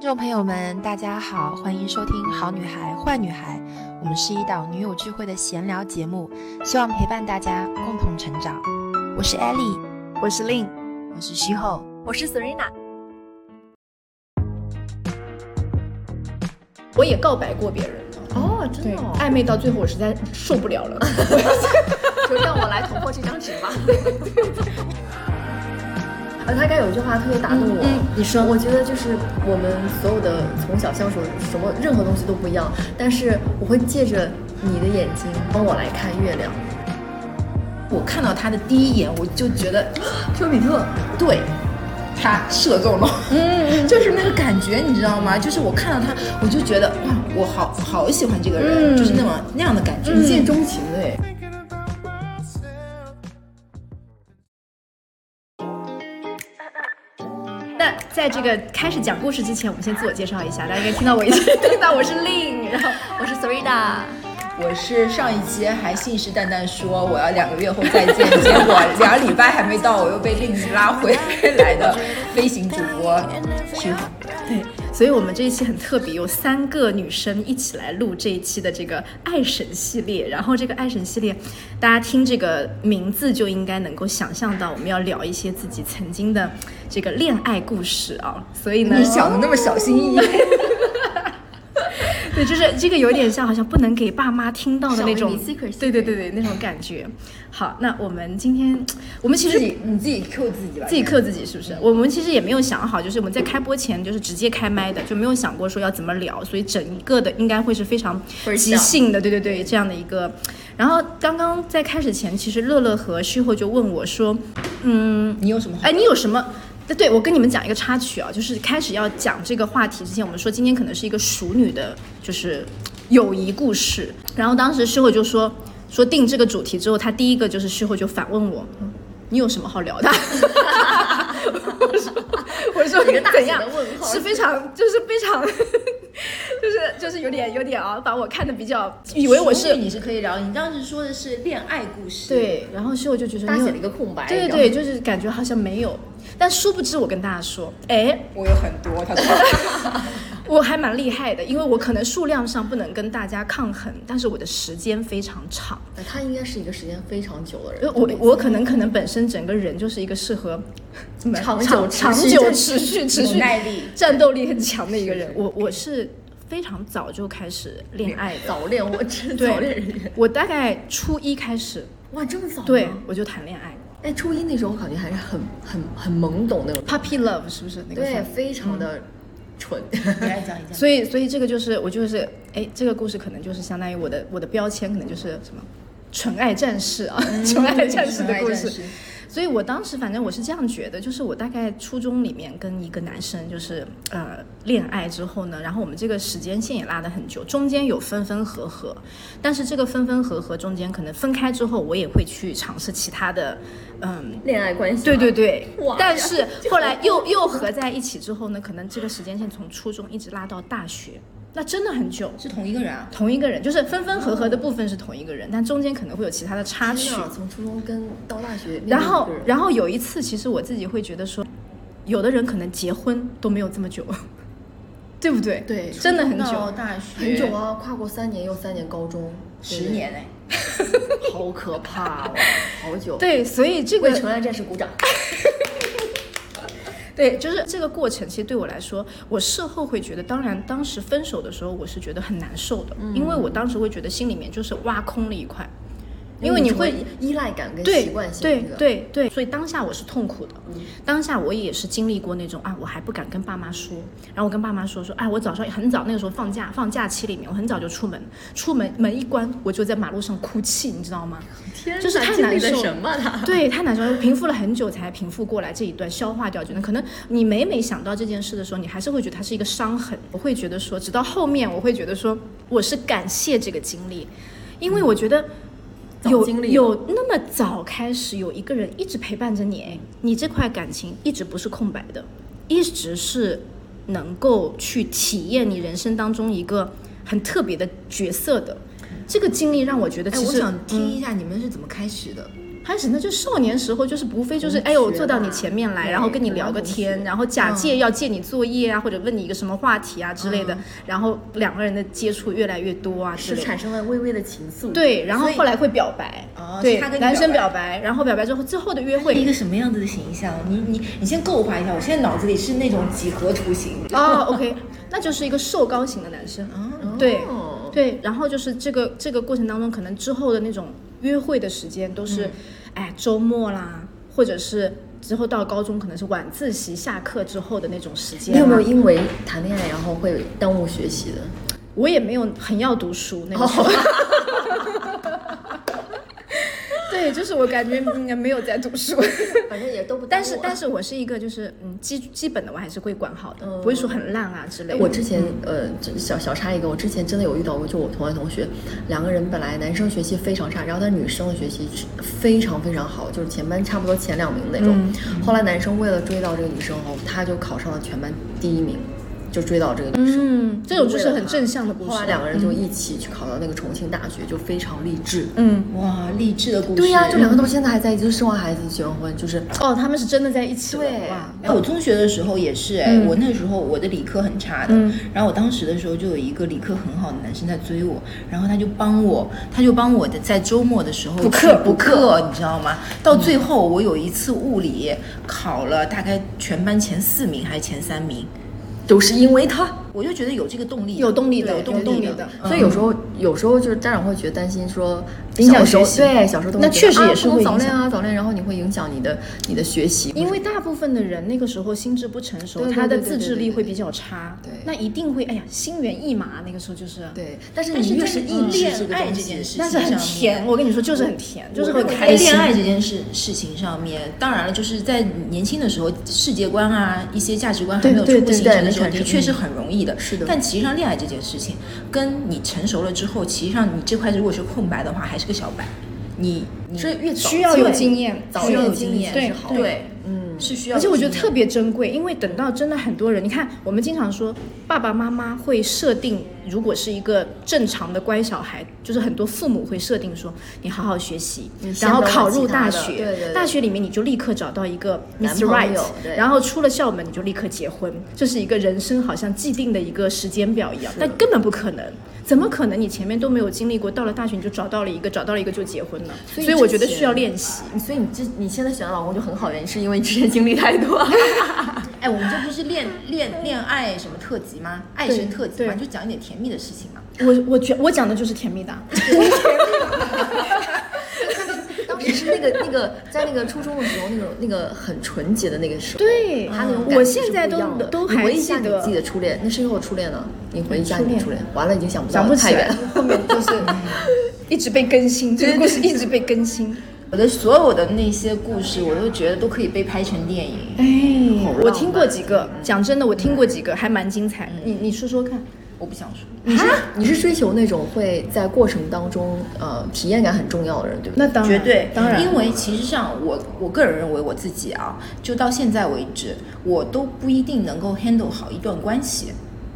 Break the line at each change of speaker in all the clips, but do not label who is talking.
听众朋友们，大家好，欢迎收听《好女孩坏女孩》，我们是一档女友聚会的闲聊节目，希望陪伴大家共同成长。我是艾丽，
我是令，
我是西后，
我是 Serena。
我也告白过别人了
哦，真的、哦，
暧昧到最后我实在受不 了了，
就让我来捅破这张纸吧。
呃，大概有一句话特别打动我，
嗯嗯、你说，
我觉得就是我们所有的从小相处，什么任何东西都不一样，但是我会借着你的眼睛帮我来看月亮。
我看到他的第一眼，我就觉得啊
丘比特，
对，他射中了，嗯，就是那个感觉，你知道吗？就是我看到他，我就觉得哇，我好好喜欢这个人，嗯、就是那么那样的感
嗯
觉，
一见钟情哎。
在这个开始讲故事之前，我们先自我介绍一下。大家应该听到我已经 听到我是 Lin，然后我是 Serena，
我是上一期还信誓旦旦说我要两个月后再 见，结果两礼拜还没到，我又被 Lin 拉回 来的飞行主播。
挺好。
对，所以我们这一期很特别，有三个女生一起来录这一期的这个爱神系列。然后这个爱神系列，大家听这个名字就应该能够想象到，我们要聊一些自己曾经的这个恋爱故事啊。所以呢，
你想的那么小 心翼翼。
对，就是这个有点像，好像不能给爸妈听到的那种，对对对对，那种感觉。好，那我们今天，我们其实
你自己 Q 自己吧，
自己 Q 自己是不是？我们其实也没有想好，就是我们在开播前就是直接开麦的，就没有想过说要怎么聊，所以整一个的应该会是非常即兴的，对对对，这样的一个。然后刚刚在开始前，其实乐乐和旭后就问我说，嗯，
你有什么？
哎，你有什么？对，我跟你们讲一个插曲啊，就是开始要讲这个话题之前，我们说今天可能是一个熟女的，就是友谊故事。然后当时师傅就说，说定这个主题之后，他第一个就是师傅就反问我，嗯、你有什么好聊的？ 我说，我说
一个
怎样？
问号
是非常，就是非常 就是就是有点有点啊，把我看的比较，以为我是
你是可以聊，你当时说的是恋爱故事，
对，然后是我就觉得
大写了一个空白，
对对对，就是感觉好像没有，但殊不知我跟大家说，哎，
我有很多， 他说
我还蛮厉害的，因为我可能数量上不能跟大家抗衡，但是我的时间非常长。呃
他应该是一个时间非常久的人，
我我可能可能本身整个人就是一个适合
长
久长久持续持续
耐力、
战斗力很强的一个人。我我是。非常早就开始恋爱的，
早恋我真早恋人。
我大概初一开始，
哇，这么早？
对，我就谈恋爱。
哎，初一那时候我感觉还是很很很懵懂那种
，puppy love 是不是？那个
对，非常的蠢。
你来讲一讲。
所以，所以这个就是我就是哎，这个故事可能就是相当于我的我的标签可能就是什么纯爱战士啊，纯爱战士的故事。所以我当时反正我是这样觉得，就是我大概初中里面跟一个男生就是呃恋爱之后呢，然后我们这个时间线也拉得很久，中间有分分合合，但是这个分分合合中间可能分开之后，我也会去尝试其他的嗯
恋爱关系，
对对对，但是后来又又合在一起之后呢，可能这个时间线从初中一直拉到大学。那真的很久，
是同一个人啊，
同一个人，就是分分合合的部分是同一个人，但中间可能会有其他的插曲。
啊从初中跟到大学，
然后，然后有一次，其实我自己会觉得说，有的人可能结婚都没有这么久， 对不对？
对，
真的很久，
大学
很久啊，跨过三年又三年，高中
十年哎，
好可怕哦，好久。
对，所以这个
为纯爱战士鼓掌。
对，就是这个过程，其实对我来说，我事后会觉得，当然当时分手的时候，我是觉得很难受的，嗯、因为我当时会觉得心里面就是挖空了一块，因为你会
依赖感跟习惯性
对对对对，所以当下我是痛苦的，嗯、当下我也是经历过那种啊，我还不敢跟爸妈说，然后我跟爸妈说说，哎、啊，我早上很早那个时候放假，放假期里面我很早就出门，出门门一关我就在马路上哭泣，你知道吗？
天
就是太难受，
什么 了？
对，太难受，平复了很久才平复过来这一段，消化掉。觉得可能你每每想到这件事的时候，你还是会觉得它是一个伤痕。我会觉得说，直到后面，我会觉得说，我是感谢这个经历，因为我觉得有、嗯、有那么早开始有一个人一直陪伴着你，哎你这块感情一直不是空白的，一直是能够去体验你人生当中一个很特别的角色的。这个经历让我觉得，其
哎实我想听一下你们是怎么开始的。
嗯、开始那就少年时候就是无非就是哎呦我坐到你前面来，然后跟你聊个天，然后假
嗯
借要借你作业啊，或者问你一个什么话题啊之类
嗯
的，然后两个人的接触越来越多啊之
是
类的
产。生了微微的情愫。
对，然后
所以
后来会表白，
哦
对
是他跟，你
男生
表
表白，然后表白之后之后的约
是一
会
个什么样子的形象？你你你先构画一下，我现在脑子里是那种几何图形。
哦，OK，那就是一个瘦高型的男
哦
生，
哦
对对，然后就是这个这个过程当中，可能之后的那种约会的时间都
嗯
是，哎，周末啦，或者是之后到高中可能是晚自习下课之后的那种时间
你
啊啦。
有没有因为谈恋爱然后会耽误学习的？
我也没有很要读书那个时候。
哦
对，就是我感觉嗯没有在读书。
反正也都不耽误啊。
但是但是我是一个就是嗯基基本的我还是会管好的，不会说很烂啊之类
哎嗯
的。
我之前呃，这小小插一个，我之前真的有遇到过，就我同班同学，两个人本来男生学习非常差，然后但女生的学习是非常非常好，就是前班差不多前两名那种。
嗯
后来男生为了追到这个女生哦，他就考上了全班第一名，就追到这个女生。
嗯，这种就是很正向的故事。
后来两个人就一起去考到那个重庆大学，就非常励志。
嗯
哇，励志的故事。
对呀、就嗯两个到现在还在一起，就生完孩子结完婚，就是
哦，他们是真的在一起了
对
哇，
哎，我中学的时候也是哎，我那时候我的理科很差的，然后我当时的时候就有一个理科很好的男生在追我，然后他就帮我，他就帮我的在周末的时候补课补课，你知道吗？到最后我有一次物理考了大概全班前四名还是前三名，
都是因为他。
我就觉得有这个动力的，
有动力的
对有动
有动
力
力的
所以有时候，有时候就是家长会觉得担心说，
影响
嗯小时候
学习
对小时候都会
那
觉得
确实
啊
也是
不能
会
早
影
恋啊，早恋，然后你会影响你的你的学习。
因为大部分的人那个时候心智不成熟，
对对
他的
对对对
自制
对
力
对
会比较差，
对
那一定会哎呀心猿意马，那个时候就是
对，但是
但是
你越
在
是抑
嗯
制
恋
这个
爱
东
这
西
件事
但是
情
很
上面
甜，我跟你说就是很甜，就是很
在
开心
恋。爱这件事事情上面，当然了，就是在年轻的时候，世界观啊，一些价值观还没有
对
初步
对
形
对
成的
没
时候，
产
的
生
确是
嗯
很容易的。
是的
但其实上，恋爱这件事情，跟你成熟了之后，其实上你这块如果是空白的话，还是个小白。你你
是越早
需要有经验
早
需要
恋
有
的经
经
验
验
是好的。
对，嗯，是需要
而且
有经验。
我觉得特别珍贵，因为等到真的很多人，你看我们经常说爸爸妈妈会设定，如果是一个正常的乖小孩，就是很多父母会设定说你好好学习
你，嗯先
然后
不要
考
管
入
其他
大
的
学，
对对对
大学里面你就立刻找到一个
男
Mr.
朋
Right，
友对
然后出了校门你就立刻结婚，这是一个人生好像既定的一个时间表一样，但根本不可能。怎么可能？你前面都没有经历过，到了大学你就找到了一个，找到了一个就结婚了。
所
所
以
以我
之
觉得
前
需要练习。
所以你这你现在选的老公就很好，原因是因为你之前经历太多。
哎，我们这不是恋恋恋爱什么特辑吗？爱情特辑嘛，
对
就讲一点甜蜜的事情嘛。
我我觉我讲的就是甜蜜的啊，
当时是那个那个在那个初中的时候，那种那个很纯洁的那个时候。
对，
他那种感觉
我
是
现在
不一
都
样的
都
嗯你
还
回忆一下
记
你
得
自己的初恋，那是因为我初恋呢？你回忆一下
初
你
恋
初恋，完了已经想不到
想
了，
不
太
起
远
来
了。，
后面就是 一直被更新，这个故事一直被更新。
我的所有的那些故事，我都觉得都可以被拍成电影。
哎
好，
我
浪
听过
漫嗯
几个，讲真的，我听过几个，还蛮精彩的。你你说说看，
嗯我不想说，
你是你是追求那种会在过程当中呃体验感很重要的人，对不对？
那当然，
绝对，
当然，
因为其实上我我个人认为我自己啊，就到现在为止，我都不一定能够 handle 好一段关系。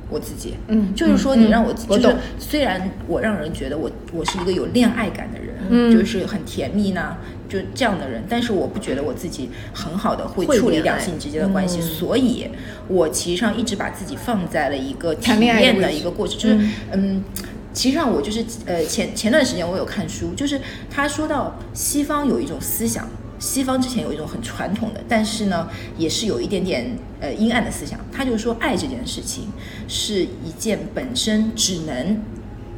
我自己，
嗯
就是说，你让我，就
我
是
懂
虽然我让人觉得我我是一个有恋爱感的人，
嗯
就是很甜蜜呢，就这样的人，但是我不觉得我自己很好的会
会
处理
恋
两
爱
性之间的关
嗯
系，所以我其实上一直把自己放在了一个体
谈恋爱的
验
位
的
置
一个过程，就是嗯其实上我就是呃前前段时间我有看书，就是他说到西方有一种思想，西方之前有一种很传统的，但是呢也是有一点点呃阴暗的思想。他就说爱这件事情是一件本身只能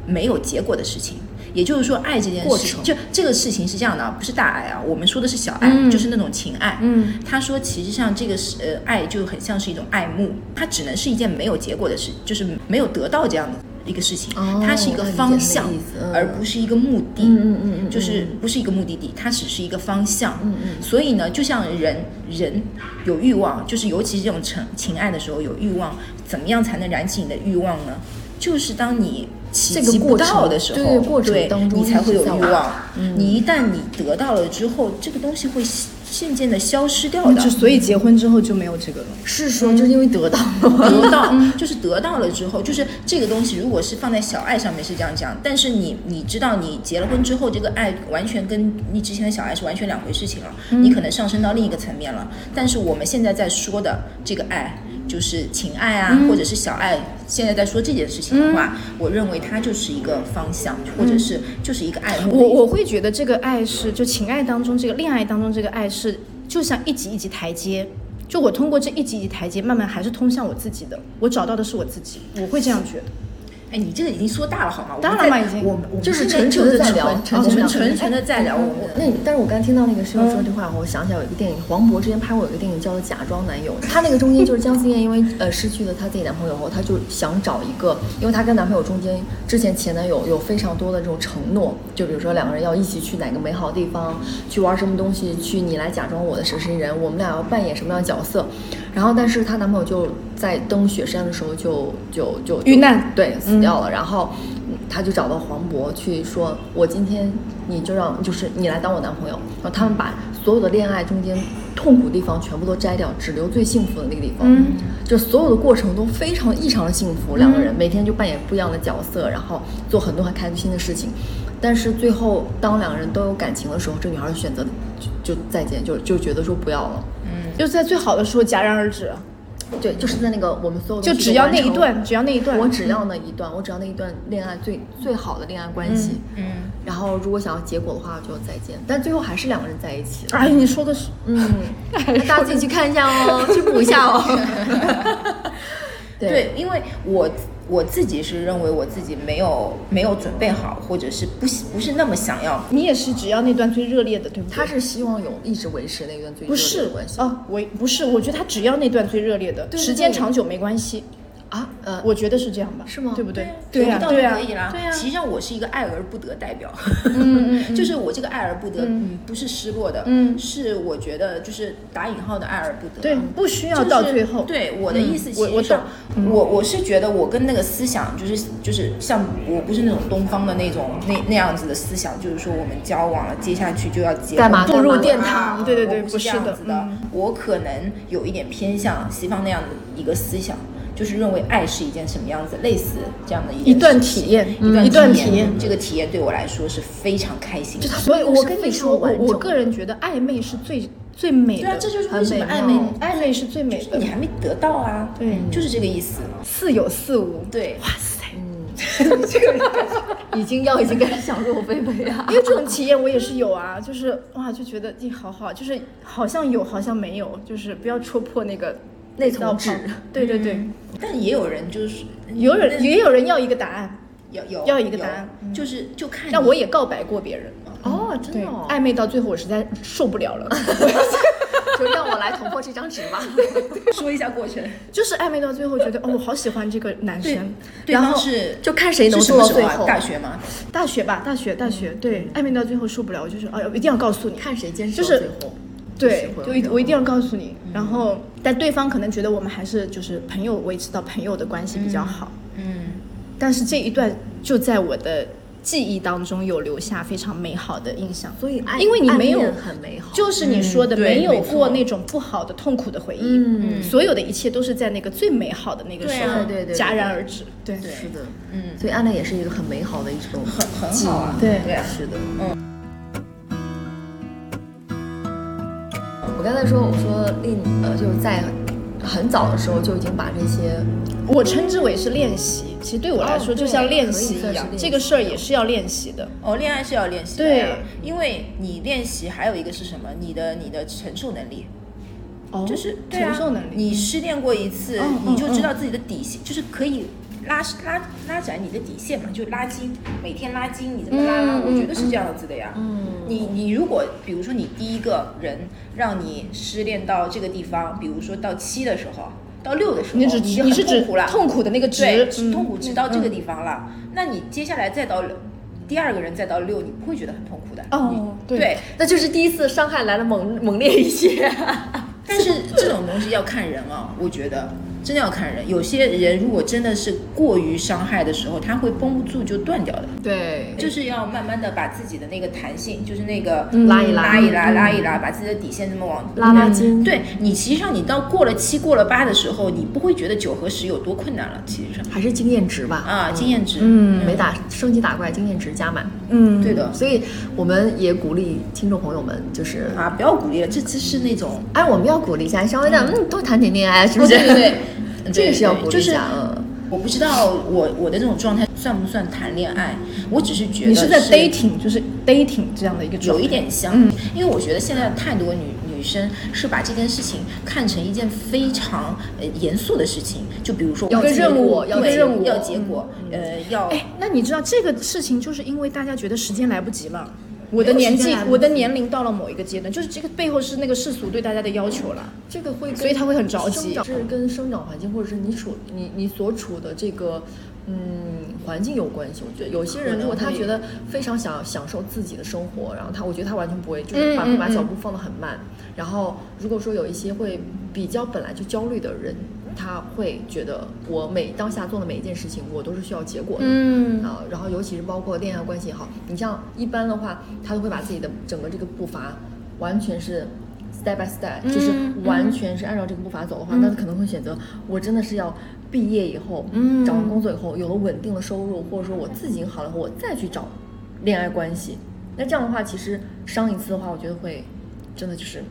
没有结果的事情。也就是说，爱这件
过
事情，
程
就这个事情是这样的啊，不是大爱啊，我们说的是小爱，
嗯
就是那种情爱。
嗯，
他说其实上这个是呃爱就很像是一种爱慕，它只能是一件没有结果的事，就是没有得到这样的一个事情，
哦
它是一个方向
我理解你的意思，嗯
而不是一个目的。
嗯嗯嗯嗯
就是不是一个目的地，它只是一个方向。嗯嗯。所以呢，就像人人有欲望，就是尤其这种情情爱的时候有欲望，怎么样才能燃起你的欲望呢？就是当你企
这个
及不
过程
到的时候，
对过程当中
你才会
一
嗯
有欲
直在
望。你一旦你得到了之后，这个东西会渐渐的消失掉的
嗯就。所以结婚之后就没有这个了。
是说就是因为得到了吗？
得到
嗯
就是得到了之后，就是这个东西，如果是放在小爱上面是这样讲，但是你你知道，你结了婚之后，这个爱完全跟你之前的小爱是完全两回事情了，
嗯
你可能上升到另一个层面了。但是我们现在在说的这个爱，就是情爱啊，
嗯
或者是小爱，现在在说这件事情的话，我认为它就是一个方向，
嗯
或者是就是一个爱慕的一
我
种。
我会觉得这个爱是，就情爱当中这个恋爱当中这个爱是，就像一级一级台阶，就我通过这一级一级台阶，慢慢还是通向我自己的，我找到的是我自己，我会这样觉
嗯
得。
哎，你这个已经说大了好吗？我们
当然
在
嘛已经
我们我们
就是
现
纯
在
纯地
就
在
是
聊哦
纯
纯纯地嗯聊
纯纯纯的在聊。我我
那你，但是我刚才听到那个师傅说这话，我想起来有一个电影，黄渤之前拍过有一个电影叫做《假装男友》，她那个中间就是姜思燕，因为呃失去了她自己男朋友后，她就想找一个，因为她跟男朋友中间之前前男友有非常多的这种承诺，就比如说两个人要一起去哪个美好地方，去玩什么东西，去你来假装我的谁谁人，我们俩要扮演什么样的角色，然后但是她男朋友就在登雪山的时候就就就
遇难嗯
对，死掉了，然后。他就找到黄渤去说：“我今天你就让就是你来当我男朋友。”然后他们把所有的恋爱中间痛苦的地方全部都摘掉，只留最幸福的那个地方。嗯，就所有的过程都非常异常的幸福，两
嗯
个人每天就扮演不一样的角色，然后做很多很开心的事情。但是最后，当两个人都有感情的时候，这女孩选择就就再见，就就觉得说不要了。
就是在最好的时候戛然而止，
对，就是在那个我们所有的
就只要那一段，只要那一段，
我只要那一段，我只要那一段恋爱最最好的恋爱关系。嗯，然后如果想要结果的话，就再见。但最后还是两个人在一起了。
哎，你说的是，
嗯，
哎
大家自己去看一下哦，去补一下哦。
对，因为我我自己是认为我自己没有没有准备好，或者是不喜不是那么想要。
你也是只要那段最热烈的，对不对？
他是希望有一直维持那段最
不
热烈
是
的关系
哦，我不是，我觉得他只要那段最热烈的，
对
时间
对
长久没关系，
啊？呃，
我觉得是这样吧？
是吗
对不对？
得
对
不
呀，
到就
对啊呀
可以啦。，
对呀
其。实上我是一个爱而不得代表， 嗯就是我这个爱而不得，嗯，不是失落的，
嗯
是我觉得就是打引号的爱而不得。
对，不需要到最后。
嗯就是、对我的意思，
嗯
其
我
实
我
上
懂嗯
我我是觉得我跟那个思想就是就是像我不是那种东方的那种那那样子的思想，就是说我们交往了，接下去就要结
干
婚
嘛
步入
干嘛
殿堂，嗯对对对，
我
不
不这
是
样
的
子，的
嗯，
我可能有一点偏向西方那样的一个思想。就是认为爱是一件什么样子，类似这样的一
一段
件事情
体验
一段
嗯一段
体
体验
这个体验对我来说是非常开心的。
所以，我跟你说，我
非常完整
我个人觉得暧昧是最最美的。
对啊，这就是
很
为什么
美
暧昧
妙，
暧昧是最美
就是
的
你，还没得到啊，
对，
就是这个意思。
似有似无。
对，
已经要已经开始想入非非啊。
因为这种体验我也是有啊，就是哇，就觉得你好好，就是好像有，好像没有，就是不要戳破那个
那层
道
纸嗯
泡。对对对，
但也有人就是
有人也有人要一个答案，
有有
要一个答
有
案嗯
就是就看你。
但我也告白过别人。
哦，真
对
的、哦，，
暧昧到最后我实在受不了了，
就让我来捅破这张纸吧。
说一下过程，
就是暧昧到最后觉得哦，我好喜欢这个男生，
对
然
方
后
是
就看谁能
是什
做
么
到
时候
最
啊
后，
大学吗？
大学吧，大学大学，对，暧昧到最后受不了，我就是哎呦，一定要告诉你，
嗯看谁坚持
就
到
是
最后。
对，
就
就是一
会有
我一定要告诉你。
嗯
然后，但对方可能觉得我们还是就是朋友，维持到朋友的关系比较好。
嗯，
但是这一段就在我的记忆当中有留下非常美好的印象，
所以爱
因为你
暗
没有
恋很美好
就是你说的
嗯对
没有
没错
过那种不好的痛苦的回忆，
嗯
所有的一切都是在那个最美好的那个时候
对啊
对对对
戛然而止，对对
是的，
嗯
所以暗恋也是一个很美好的一种
很很好啊，
记忆对
对啊，
是的，嗯。我刚才说，我说令呃，就是在很早的时候就已经把这些
我称之为是练习，其实对我来说
哦
就像
对
练习
可以算
一
是
样，
练习哦
这个事儿也是要练习的。
哦，恋爱是要练习的
对
呀，因为你练习还有一个是什么？你的你的承受能力，
哦
就是对啊
承受能力，
你失恋过一次
嗯，
你就知道自己的底线，就是可以拉拉拉展你的底线嘛，就拉筋，每天拉筋，你怎么拉
嗯
啊？
嗯嗯
我觉得是这样子的呀。你你如果比如说你第一个人让你失恋到这个地方，比如说到七的时候，到六的时
哦
候，
你只
就
你
很
是指
痛苦了，
痛苦的那个值
对，，
嗯
痛苦只到这个地方了。那你接下来再到第二个人再到六，你不会觉得很痛苦的。
哦
你
对
对，
那就是第一次伤害来了猛猛烈一些。
但是这种东西要看人啊、我觉得真的要看人。有些人如果真的是过于伤害的时候，他会绷不住就断掉的。
对，
就是要慢慢的把自己的那个弹性，就是那个
嗯拉一拉
拉一拉，拉一拉，把自己的底线这么往
拉拉筋
对你，其实上你到过了七、过了八的时候，你不会觉得九和十有多困难了。其实上
还是经验值吧。
啊，
嗯
经验值，
嗯
没打升级打怪，经验值加满。
嗯，
对的
所以我们也鼓励听众朋友们，就是
啊，不要鼓励了，这次是那种
哎，我们要鼓励一下，稍微的嗯多谈点恋爱，是不是？
对 对对对
这个是要鼓励
就
一
是
下。嗯
我不知道我我的这种状态算不算谈恋爱，我只是觉得
你是在
是
dating，就是 dating 这样的一个状
有
态
一点像，
嗯
因为我觉得现在太多女女生是把这件事情看成一件非常呃严肃的事情，就比如说
要
我
个任务
对
要个任务嗯
要结果，呃，要
哎，那你知道这个事情，就是因为大家觉得时间来不及了。我
没
的
有
年
时间
纪
来不，及
我的年龄到了某一个阶段，就是这个背后是那个世俗对大家的要求了。
这个会跟，
所以他会很着急
生长是跟生长环境，或者是你处你你所处的这个。嗯，环境有关系，我觉得有些人如果他觉得非常想享受自己的生活，然后他我觉得他完全不会，就是把、
嗯嗯
把脚步放得很慢。然后如果说有一些会比较本来就焦虑的人，他会觉得我每当下做的每一件事情，我都是需要结果的。
嗯
啊，然后尤其是包括恋爱关系也好，你像一般的话，他都会把自己的整个这个步伐完全是 step by step，、就是
嗯
完全是按照这个步伐走的话，那他可能会选择我真的是要毕业以后，
嗯
找完工作以后有了稳定的收入，或者说我自己已经好了以后，我再去找恋爱关系。那这样的话，其实伤一次的话，我觉得会真的就是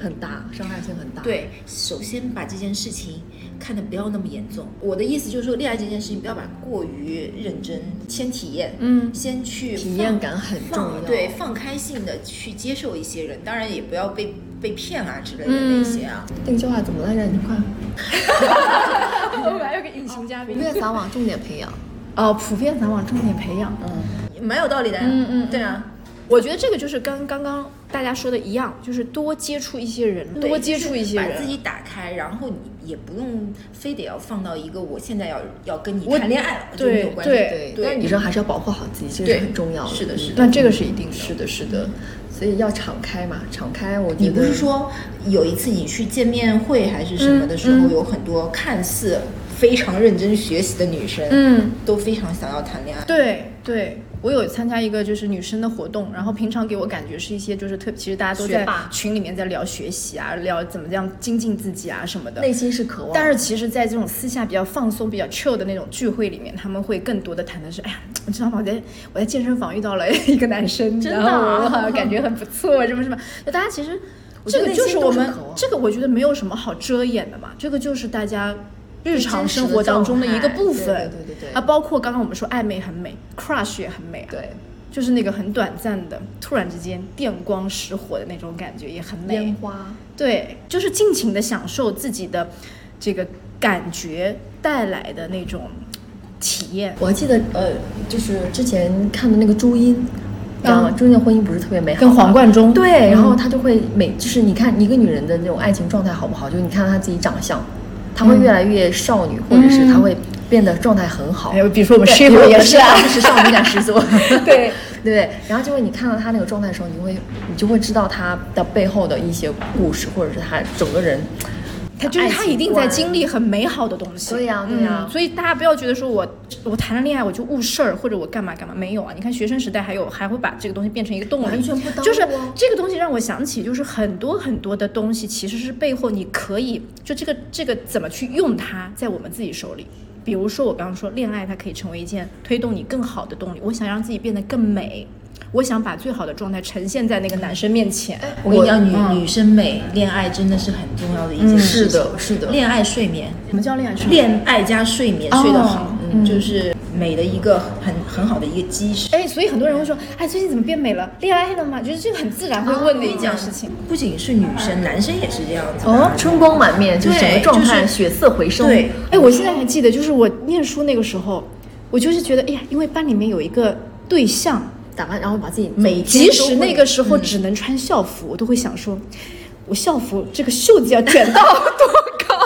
很大，伤害性很大。，
对，首先把这件事情看得不要那么严重。我的意思就是说，恋爱这件事情不要把过于认真，先体验，
嗯
先去
体
放
验感很重
放
要
对，放开性的去接受一些人，当然也不要被被骗啊之类的
嗯
那些啊。
那个叫话怎么来着？你快，
我们还有个隐形嘉
普遍撒网，重点培养。
哦，普遍撒网重点培养。
嗯。
蛮有道理的、呀，
嗯嗯
对啊，
我觉得这个就是跟刚刚大家说的一样，就是多接触一些人，
对
多接触一些
就是把自
人。
己打开，然后你也不用非得要放到一个我现在要要跟你
我
谈恋爱了，就
对
没有关系。
对
对
但是女生还是要保护好自己，这个
对
是很重要的。
是的
嗯
是的
那这个是一定的，
是的，是的。所以要敞开嘛，敞开，我觉
你不
得
是说有一次你去见面会还是什么的时候，
嗯嗯
有很多看似非常认真学习的女生，
嗯，
都非常想要谈恋爱。
对对，我有参加一个就是女生的活动，然后平常给我感觉是一些就是特，其实大家都
学
在
霸
群里面在聊学习啊，聊怎么样精进自己啊什么的。
内心是渴望，
但是其实，在这种私下比较放松、比较 chill 的那种聚会里面，他们会更多的谈的是，哎呀，你知道吗？我在我在健身房遇到了一个男生，真
的啊
感觉很不错，什么什么。就大家其实
我觉
这
得
个就是我
内
们
心都是渴望
这个，我觉得没有什么好遮掩的嘛，这个就是大家日常生活当中的一个部
对
分。
对对对对
啊，包括刚刚我们说暧昧很美，crush 也很美、啊，
对
就是那个很短暂的，突然之间电光石火的那种感觉也很美。
烟花，
对，就是尽情的享受自己的这个感觉带来的那种体验。
我还记得呃，就是之前看的那个朱茵，你知道吗？朱茵的婚姻不是特别美好，
跟黄贯中
对，
嗯
然后她就会每就是你看一个女人的那种爱情状态好不好，就是你看她自己长相，她会越来越少女，或者是她会变得状态很好。
还有比如说我们
对
Shiv
有
也
的
是啊
时候就是少女感十足。
对
对，然后就会你看到她那个状态的时候，你就会你就会知道她的背后的一些故事，或者是她整个人。
他就是他一定在经历很美好的东西。
对呀对呀
嗯所以大家不要觉得说我我谈了恋爱我就误事儿或者我干嘛干嘛，没有啊。你看学生时代还有还会把这个东西变成一个动力，
完全不耽误
就是
啊
这个东西让我想起，就是很多很多的东西其实是背后你可以就这个这个怎么去用它，在我们自己手里。比如说我刚刚说恋爱，它可以成为一件推动你更好的动力。我想让自己变得更美，我想把最好的状态呈现在那个男生面前。
哎
我跟你讲，女、
嗯
嗯
女生美，恋爱真的是很重要的一件事情。
是的，是的，
恋爱睡眠，
什么叫恋爱是？
恋爱加睡眠睡得好
哦，
嗯，就是美的一个很很好的一个基石。
哎，所以很多人会说，哎，最近怎么变美了？恋爱了吗？就是这个很自然会问的一件事情。
不仅是女生，男生也是这样子的。
哦，春光满面，就是整个
对
状
就是
态血色回升。
对，
哎，我现在还记得，就是我念书那个时候，我就是觉得，哎呀，因为班里面有一个对象，
打扮，然后把自己
每天
即
都
使
会
那个时
嗯
候只能穿校服，我都会想说，我校服这个袖子要卷到 多高，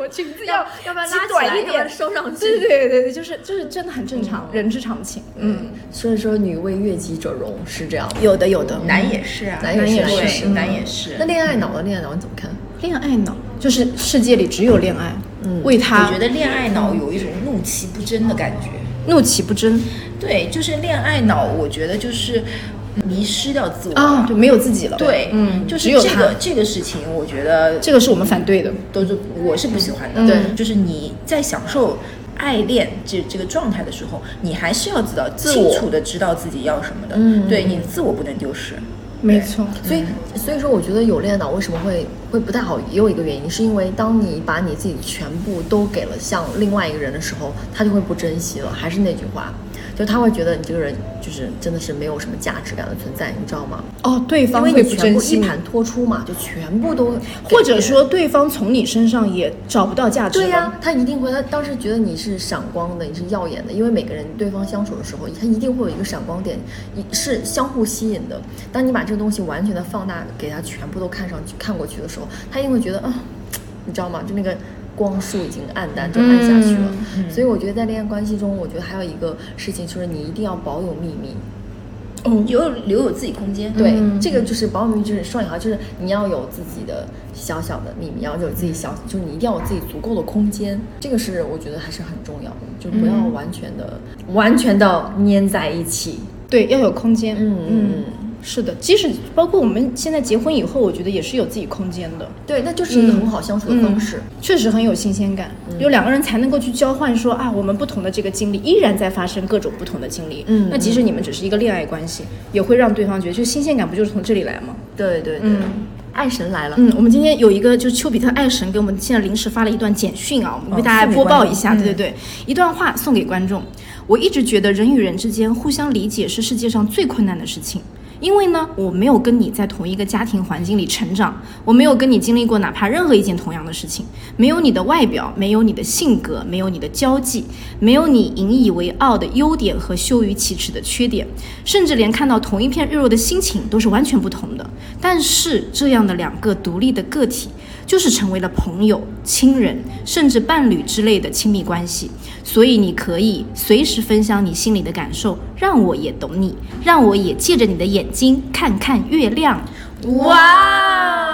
我裙子要
要不然
及
拉起来
短一
要不然
点，
收上去
对对对对，就是就是真的很正常，人之常情。嗯，
所以说女为悦己者容是这样。
有的有的。
男也是啊，
男也是嗯是
对
是
男也是
那。恋爱脑的恋爱脑你怎么看？
恋爱脑就是世界里只有恋爱，
嗯
为他
我觉得恋爱脑有一种怒其不争的感觉。
怒其不争
对，就是恋爱脑，我觉得就是嗯迷失掉自我。
啊，对，没有自己了，
对，
嗯，
就是
只有
这
他
个，这个事情，我觉得
这个是我们反对的，
都是我是不喜欢的。
嗯对
就是你在享受爱恋这这个状态的时候，你还是要知道
自
清
我
楚的知道自己要什么的。
嗯
对你自我不能丢失。
没错，
所以，所以说，我觉得有恋爱脑为什么会会不太好，也有一个原因，是因为当你把你自己全部都给了向另外一个人的时候，他就会不珍惜了。还是那句话，就他会觉得你这个人就是真的是没有什么价值感的存在，你知道吗？
哦，对
因
方
为
会
你
不
全
珍
部
惜
一
你，
盘托出嘛，就全部都给别人，
或者说对方从你身上也找不到价值了，
对呀、他一定会，他当时觉得你是闪光的，你是耀眼的，因为每个人对方相处的时候，他一定会有一个闪光点，一是相互吸引的。当你把这个东西完全的放大，给他全部都看上去看过去的时候，他一定会觉得啊，你知道吗？就那个光束已经暗淡，就暗下去了。所以我觉得在恋爱关系中，我觉得还有一个事情就是你一定要保有秘密。
有留有自己空间。
对，这个就是保密，就是双引号，就是你要有自己的小小的秘密，要有自己小，就是你一定要有自己足够的空间。这个是我觉得还是很重要的，就不要完全的、完全的粘在一起。
对，要有空间。
嗯嗯嗯
是的，即使包括我们现在结婚以后，我觉得也是有自己空间的，
对，那就是一
嗯
个很好相处的方式。嗯
确实很有新鲜感。有两个人才能够去交换说啊，我们不同的这个经历依然在发生各种不同的经历。
嗯
那即使你们只是一个恋爱关系，也会让对方觉得，就新鲜感不就是从这里来吗？
对对对，爱神来了。
嗯，我们今天有一个就是丘比特爱神给我们现在临时发了一段简讯啊，我们为
哦
大家播报一下，对
嗯
对对，一段话送给观众。我一直觉得人与人之间互相理解是世界上最困难的事情。因为呢，我没有跟你在同一个家庭环境里成长，我没有跟你经历过哪怕任何一件同样的事情，没有你的外表，没有你的性格，没有你的交际，没有你引以为傲的优点和羞于启齿的缺点，甚至连看到同一片日落的心情都是完全不同的。但是这样的两个独立的个体，就是成为了朋友、亲人，甚至伴侣之类的亲密关系。所以你可以随时分享你心里的感受，让我也懂你，让我也借着你的眼睛看看月亮。
哇，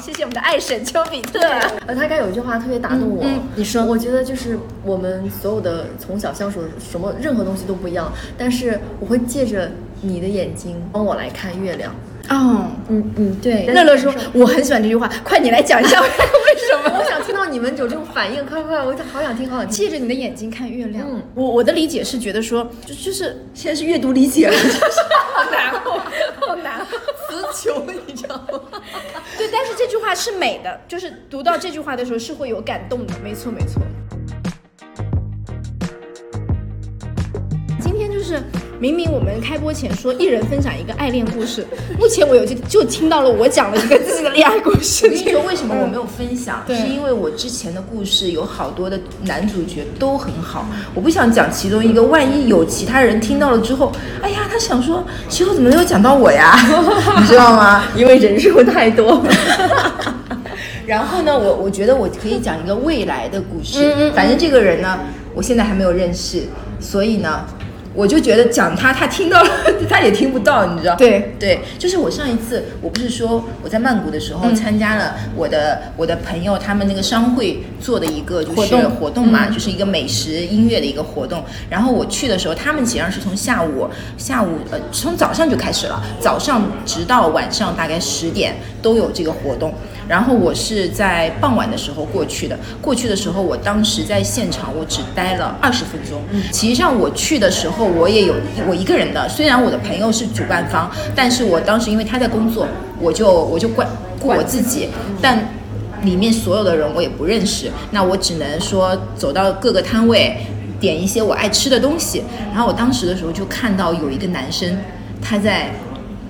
谢谢我们的爱神丘比特。
呃，他刚才有一句话特别打动我，
嗯嗯你说
我觉得就是我们所有的从小相处的什么任何东西都不一样，但是我会借着你的眼睛帮我来看月亮。
哦，
嗯嗯，对
乐乐说我很喜欢这句话，快你来讲一下为什么。
我想听到你们有这种反应，快快，我好想听，好想听。
借着你的眼睛看月亮，
嗯
我我的理解是觉得说，就就是
现在是阅读理解了。
哦 对，但是这句话是美的，就是读到这句话的时候是会有感动的，没错没错。今天就是明明我们开播前说一人分享一个爱恋故事，目前我有就就听到了我讲了一个自己的恋爱故
我
事
跟。你说，为什么我
嗯
没有分享？
对
是因为我之前的故事有好多的男主角都很好，
嗯
我不想讲其中一个，万一有其他人听到了之后，哎呀，他想说，其后怎么没有讲到我呀？ 你知道吗？
因为人数太多，
然后呢，我我觉得我可以讲一个未来的故
嗯
事。反正这个人呢，我现在还没有认识，所以呢，我就觉得讲他，他听到了， 他也听不到，你知道？
对
对，就是我上一次，我不是说我在曼谷的时候参加了我的、我的朋友他们那个商会做的一个就是活动嗯活动嘛，就是一个美食音乐的一个活动。然后我去的时候，他们实际上是从下午下午呃从早上就开始了，早上直到晚上大概十点都有这个活动。然后我是在傍晚的时候过去的，过去的时候我当时在现场，我只待了二十分钟。其实上我去的时候，我也有我一个人的，虽然我的朋友是主办方，但是我当时因为他在工作，我就我就管顾我自己，但。里面所有的人我也不认识，那我只能说走到各个摊位，点一些我爱吃的东西。然后我当时的时候就看到有一个男生，他在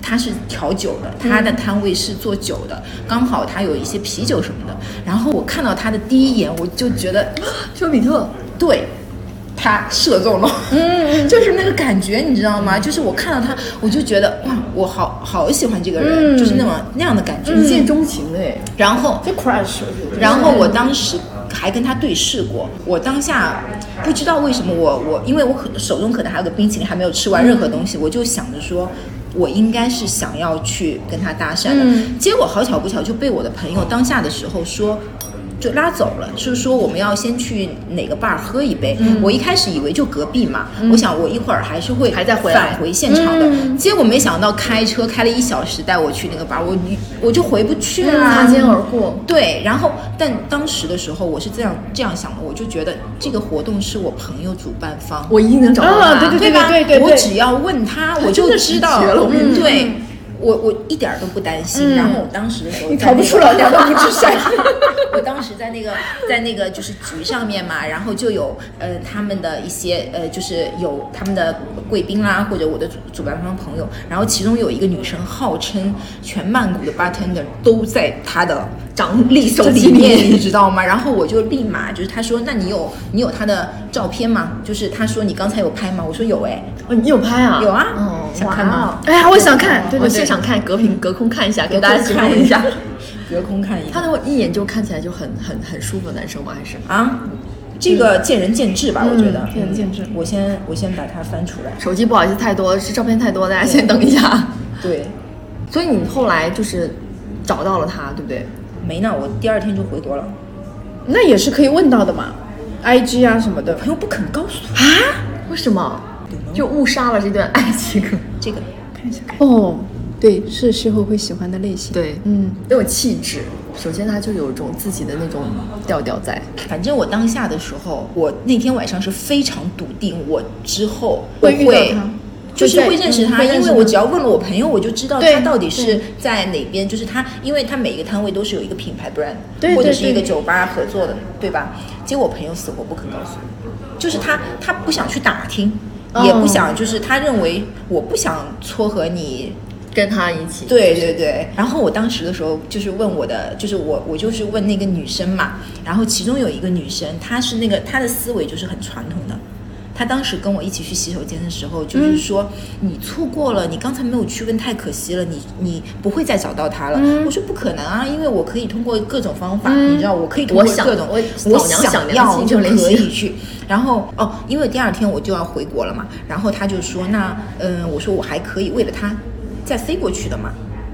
他是调酒的，他的摊位是做酒的，刚好他有一些啤酒什么的。然后我看到他的第一眼，我就觉得 丘比特对。他射中了，嗯， 就是那个感觉，你知道吗？就是我看到他，我就觉得哇，我好好喜欢这个人，就是那么那样的感觉，一见钟情哎。嗯然后
这 crush，我觉得
然后我当时还跟他对视过，我当下不知道为什么我我，因为我可手中可能还有个冰淇淋还没有吃完任何东西，我就想着说。我应该是想
嗯
要去跟他搭讪的，结果好巧不巧就被我的朋友当下的时候说，就拉走了，是说我们要先去哪个 bar 喝一杯。
嗯
我一开始以为就隔壁嘛，我想我一会儿还是会
还在回来嗯
返回现场的，结果没想到开车开了一小时带我去那个 bar，我我就回不去了、啊
擦肩而过。
对，然后但当时的时候我是这样这样想的，我就觉得这个活动是我朋友主办方，
我一定能找到他。
啊对对
吧？
对对对
我只要问他，我就知道
真的是
嗯
绝了我跟你讲
对。我我一点儿都不担心，然后我当时的时候在那个，你
逃不出老娘的五指山。
我当时在那个在那个就是局上面嘛，然后就有呃他们的一些呃就是有他们的贵宾啦，或者我的主主办方朋友，然后其中有一个女生号称全曼谷的 bartender 都在她的掌力手里面，你知道吗？然后我就立马就是她说，那你有你有她的照片吗？就是她说你刚才有拍吗？我说有哎、
哦，你有拍啊？
有啊
哦，
想看吗
哇哦？
哎呀，我想看，对
我
对
现
对，
场看，隔屏隔空看一下，给
给
大家形容一下。，
隔空看一下
他那我一眼就看起来就很很很舒服的男生吗？还是
啊。这个见仁见智吧，我觉得
嗯见仁见智
我先我先把它翻出来。
手机不好意思太多，是照片太多，大家先等一下。
对，
所以你后来就是找到了他，对不对？
没呢，我第二天就回国了。
那也是可以问到的嘛，IG 啊什么的。
朋友不肯告诉我
为什么？就误杀了这段爱情，
这个，
哦，对，是事后会喜欢的类型。，
对，
嗯，
很有气质。首先，他就有一种自己的那种调调在。
反正我当下的时候，我那天晚上是非常笃定，我之后我
会遇到他
就是
会在
会认识
嗯
他，
会认识
因为
他
我只要问了我朋友，我就知道
对
他到底是
对
在哪边。就是他，因为他每个摊位都是有一个品牌 brand，
对
或者
对
是一个
对
酒吧合作的，对吧？结果我朋友死活不肯告诉我，就是他他不想去打听，也不
哦
想，就是他认为我不想撮合你
跟他一起，
对对对，然后我当时的时候就是问我的，就是我我就是问那个女生嘛，然后其中有一个女生，她是那个她的思维就是很传统的，她当时跟我一起去洗手间的时候，就是说、
嗯
你错过了，你刚才没有去问，太可惜了，你你不会再找到他了。
嗯
我说不可能啊，因为我可以通过各种方法，你知道，我可以通
我
过
想
各种
我
我
老娘想
想
联系
要
就
就
联系
可以去。然后哦，因为第二天我就要回国了嘛，然后他就说那嗯、呃我说我还可以为了他再飞过去的嘛。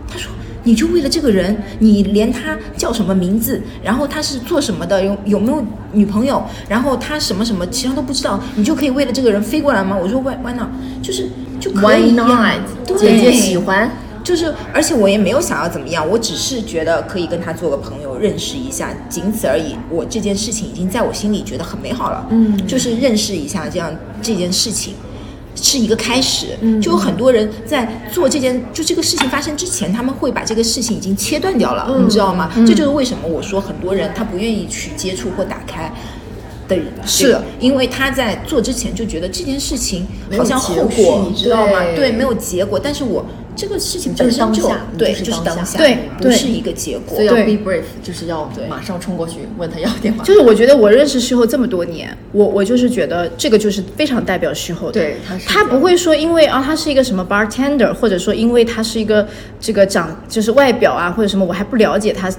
他说你就为了这个人，你连他叫什么名字，然后他是做什么的，有有没有女朋友，然后他什么什么其他都不知道，你就可以为了这个人飞过来吗？我说 why why not？就是就可
Why
以呀、
not？
对
姐姐喜欢，
就是，而且我也没有想要怎么样，我只是觉得可以跟他做个朋友，认识一下，仅此而已。我这件事情已经在我心里觉得很美好了，嗯，就是认识一下这样这件事情。是一个开始，就有很多人在做这件，就这个事情发生之前，他们会把这个事情已经切断掉了，你知道吗？这就是为什么我说很多人他不愿意去接触或打开的人，
是
这个因为他在做之前就觉得这件事情
没有
好像
结
后
束
果，
你
你
知
知道吗
道？
对，没有结果，但是我这个事情本身
就是当下
对，
就是
就是
当下
当下，
对
不
对
是一个结果
所以。要 be
对
brave，就是要马上冲过去问他要电话。
就是我觉得我认识事后这么多年，我我就是觉得这个就是非常代表事后的。
对他是
他
这样
不会说因为啊他是一个什么 bartender，或者说因为他是一个这个长就是外表啊或者什么，我还不了解他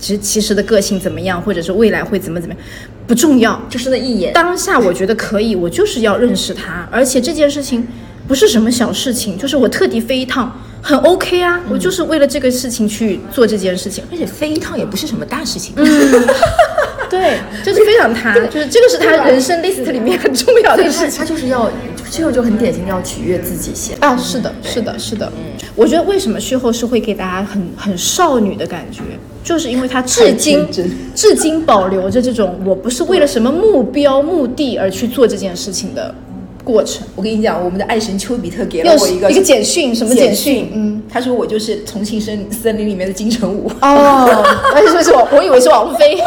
其其实的个性怎么样，或者是未来会怎么怎么样，不重要。
就是那一眼，
当下我觉得可以，我就是要认识他，而且这件事情不是什么小事情，就是我特地飞一趟，很 OK 啊，我就是为了这个事情去做这件事情。
而且飞一趟也不是什么大事情，
对，就是非常他，就是这个是他人生 list 里面很重要
所以
的
他
事情。
他就是要，这个就很典型，要取悦自己先。
啊，是的，是的，是的。我觉得为什么事后是会给大家很很少女的感觉，就是因为她至今 至今保留着这种我不是为了什么目标目的而去做这件事情的过程。
我跟你讲，我们的爱神丘比特给了
又
我
是
一个
一个简讯，什么
简
简讯？ 嗯。
他说我就是重庆森森林里面的金城武。
哦，那是不是我？我以为是王菲，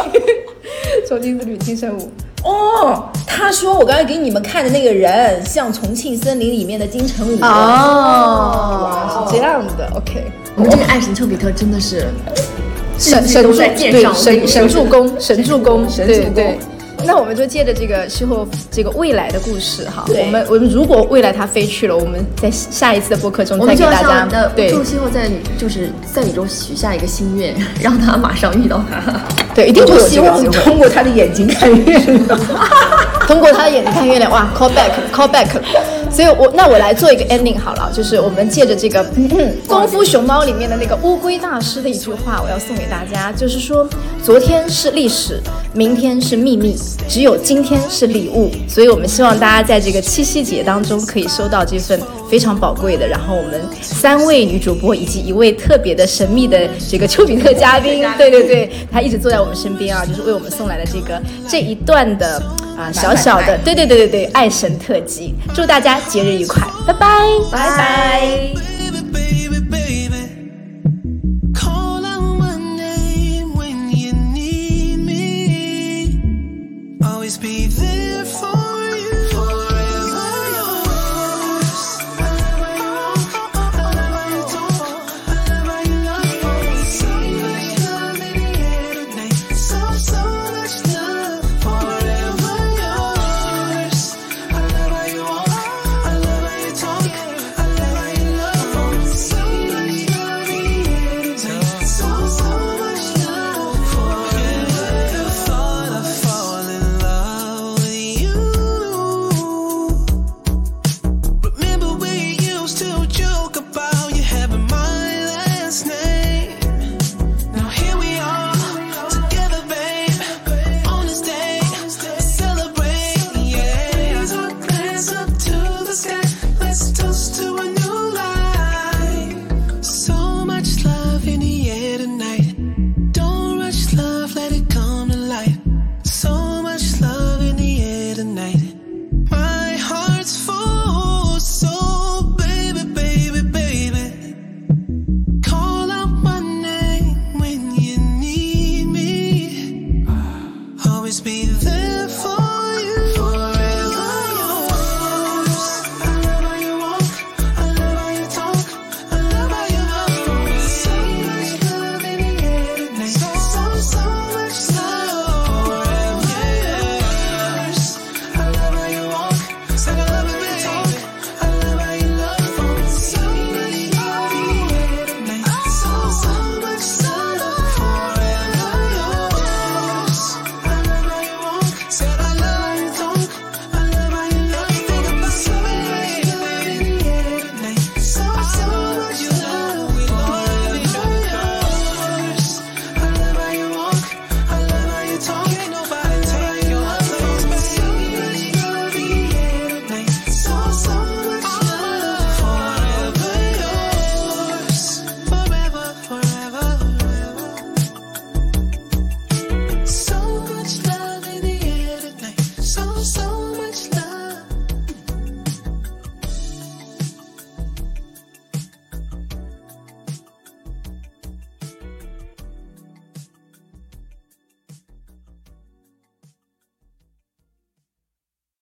重庆之旅金城武。
哦，他说我刚才给你们看的那个人像重庆森林里面的金 城武。
哦，是这样的，OK。
我们这个爱神丘比特真的是
神
至
神
今
助
都在线
对
上我跟你
神神
说
助攻，神助攻，
神助
对
攻
对。那我们就借着这个事后这个未来的故事哈，
对
我们我们如果未来它飞去了，我们在下一次的播客中
我
再
们就
给
要
大
向
家
我们的
对
宇宙最后在就是在宇宙许下一个心愿，让他马上遇到他。
对，一定会
我
有
希
这个
望
机会。
通过他的眼睛看月亮。
通过他的眼睛看月亮，哇，call back call back。所以我那我来做一个 ending 好了，就是我们借着这个嗯《功夫熊猫》里面的那个乌龟大师的一句话，我要送给大家，就是说，昨天是历史，明天是秘密，只有今天是礼物。所以我们希望大家在这个七夕节当中可以收到这份非常宝贵的，然后我们三位女主播以及一位特别的神秘的这个丘比特嘉 宾，对对对，他一直坐在我们身边啊，就是为我们送来了这个这一段的啊、小小的，对对对对对，爱神特辑，祝大家节日愉快，拜拜。
拜拜。
baby, baby. Call out my name when you need me. Always be there for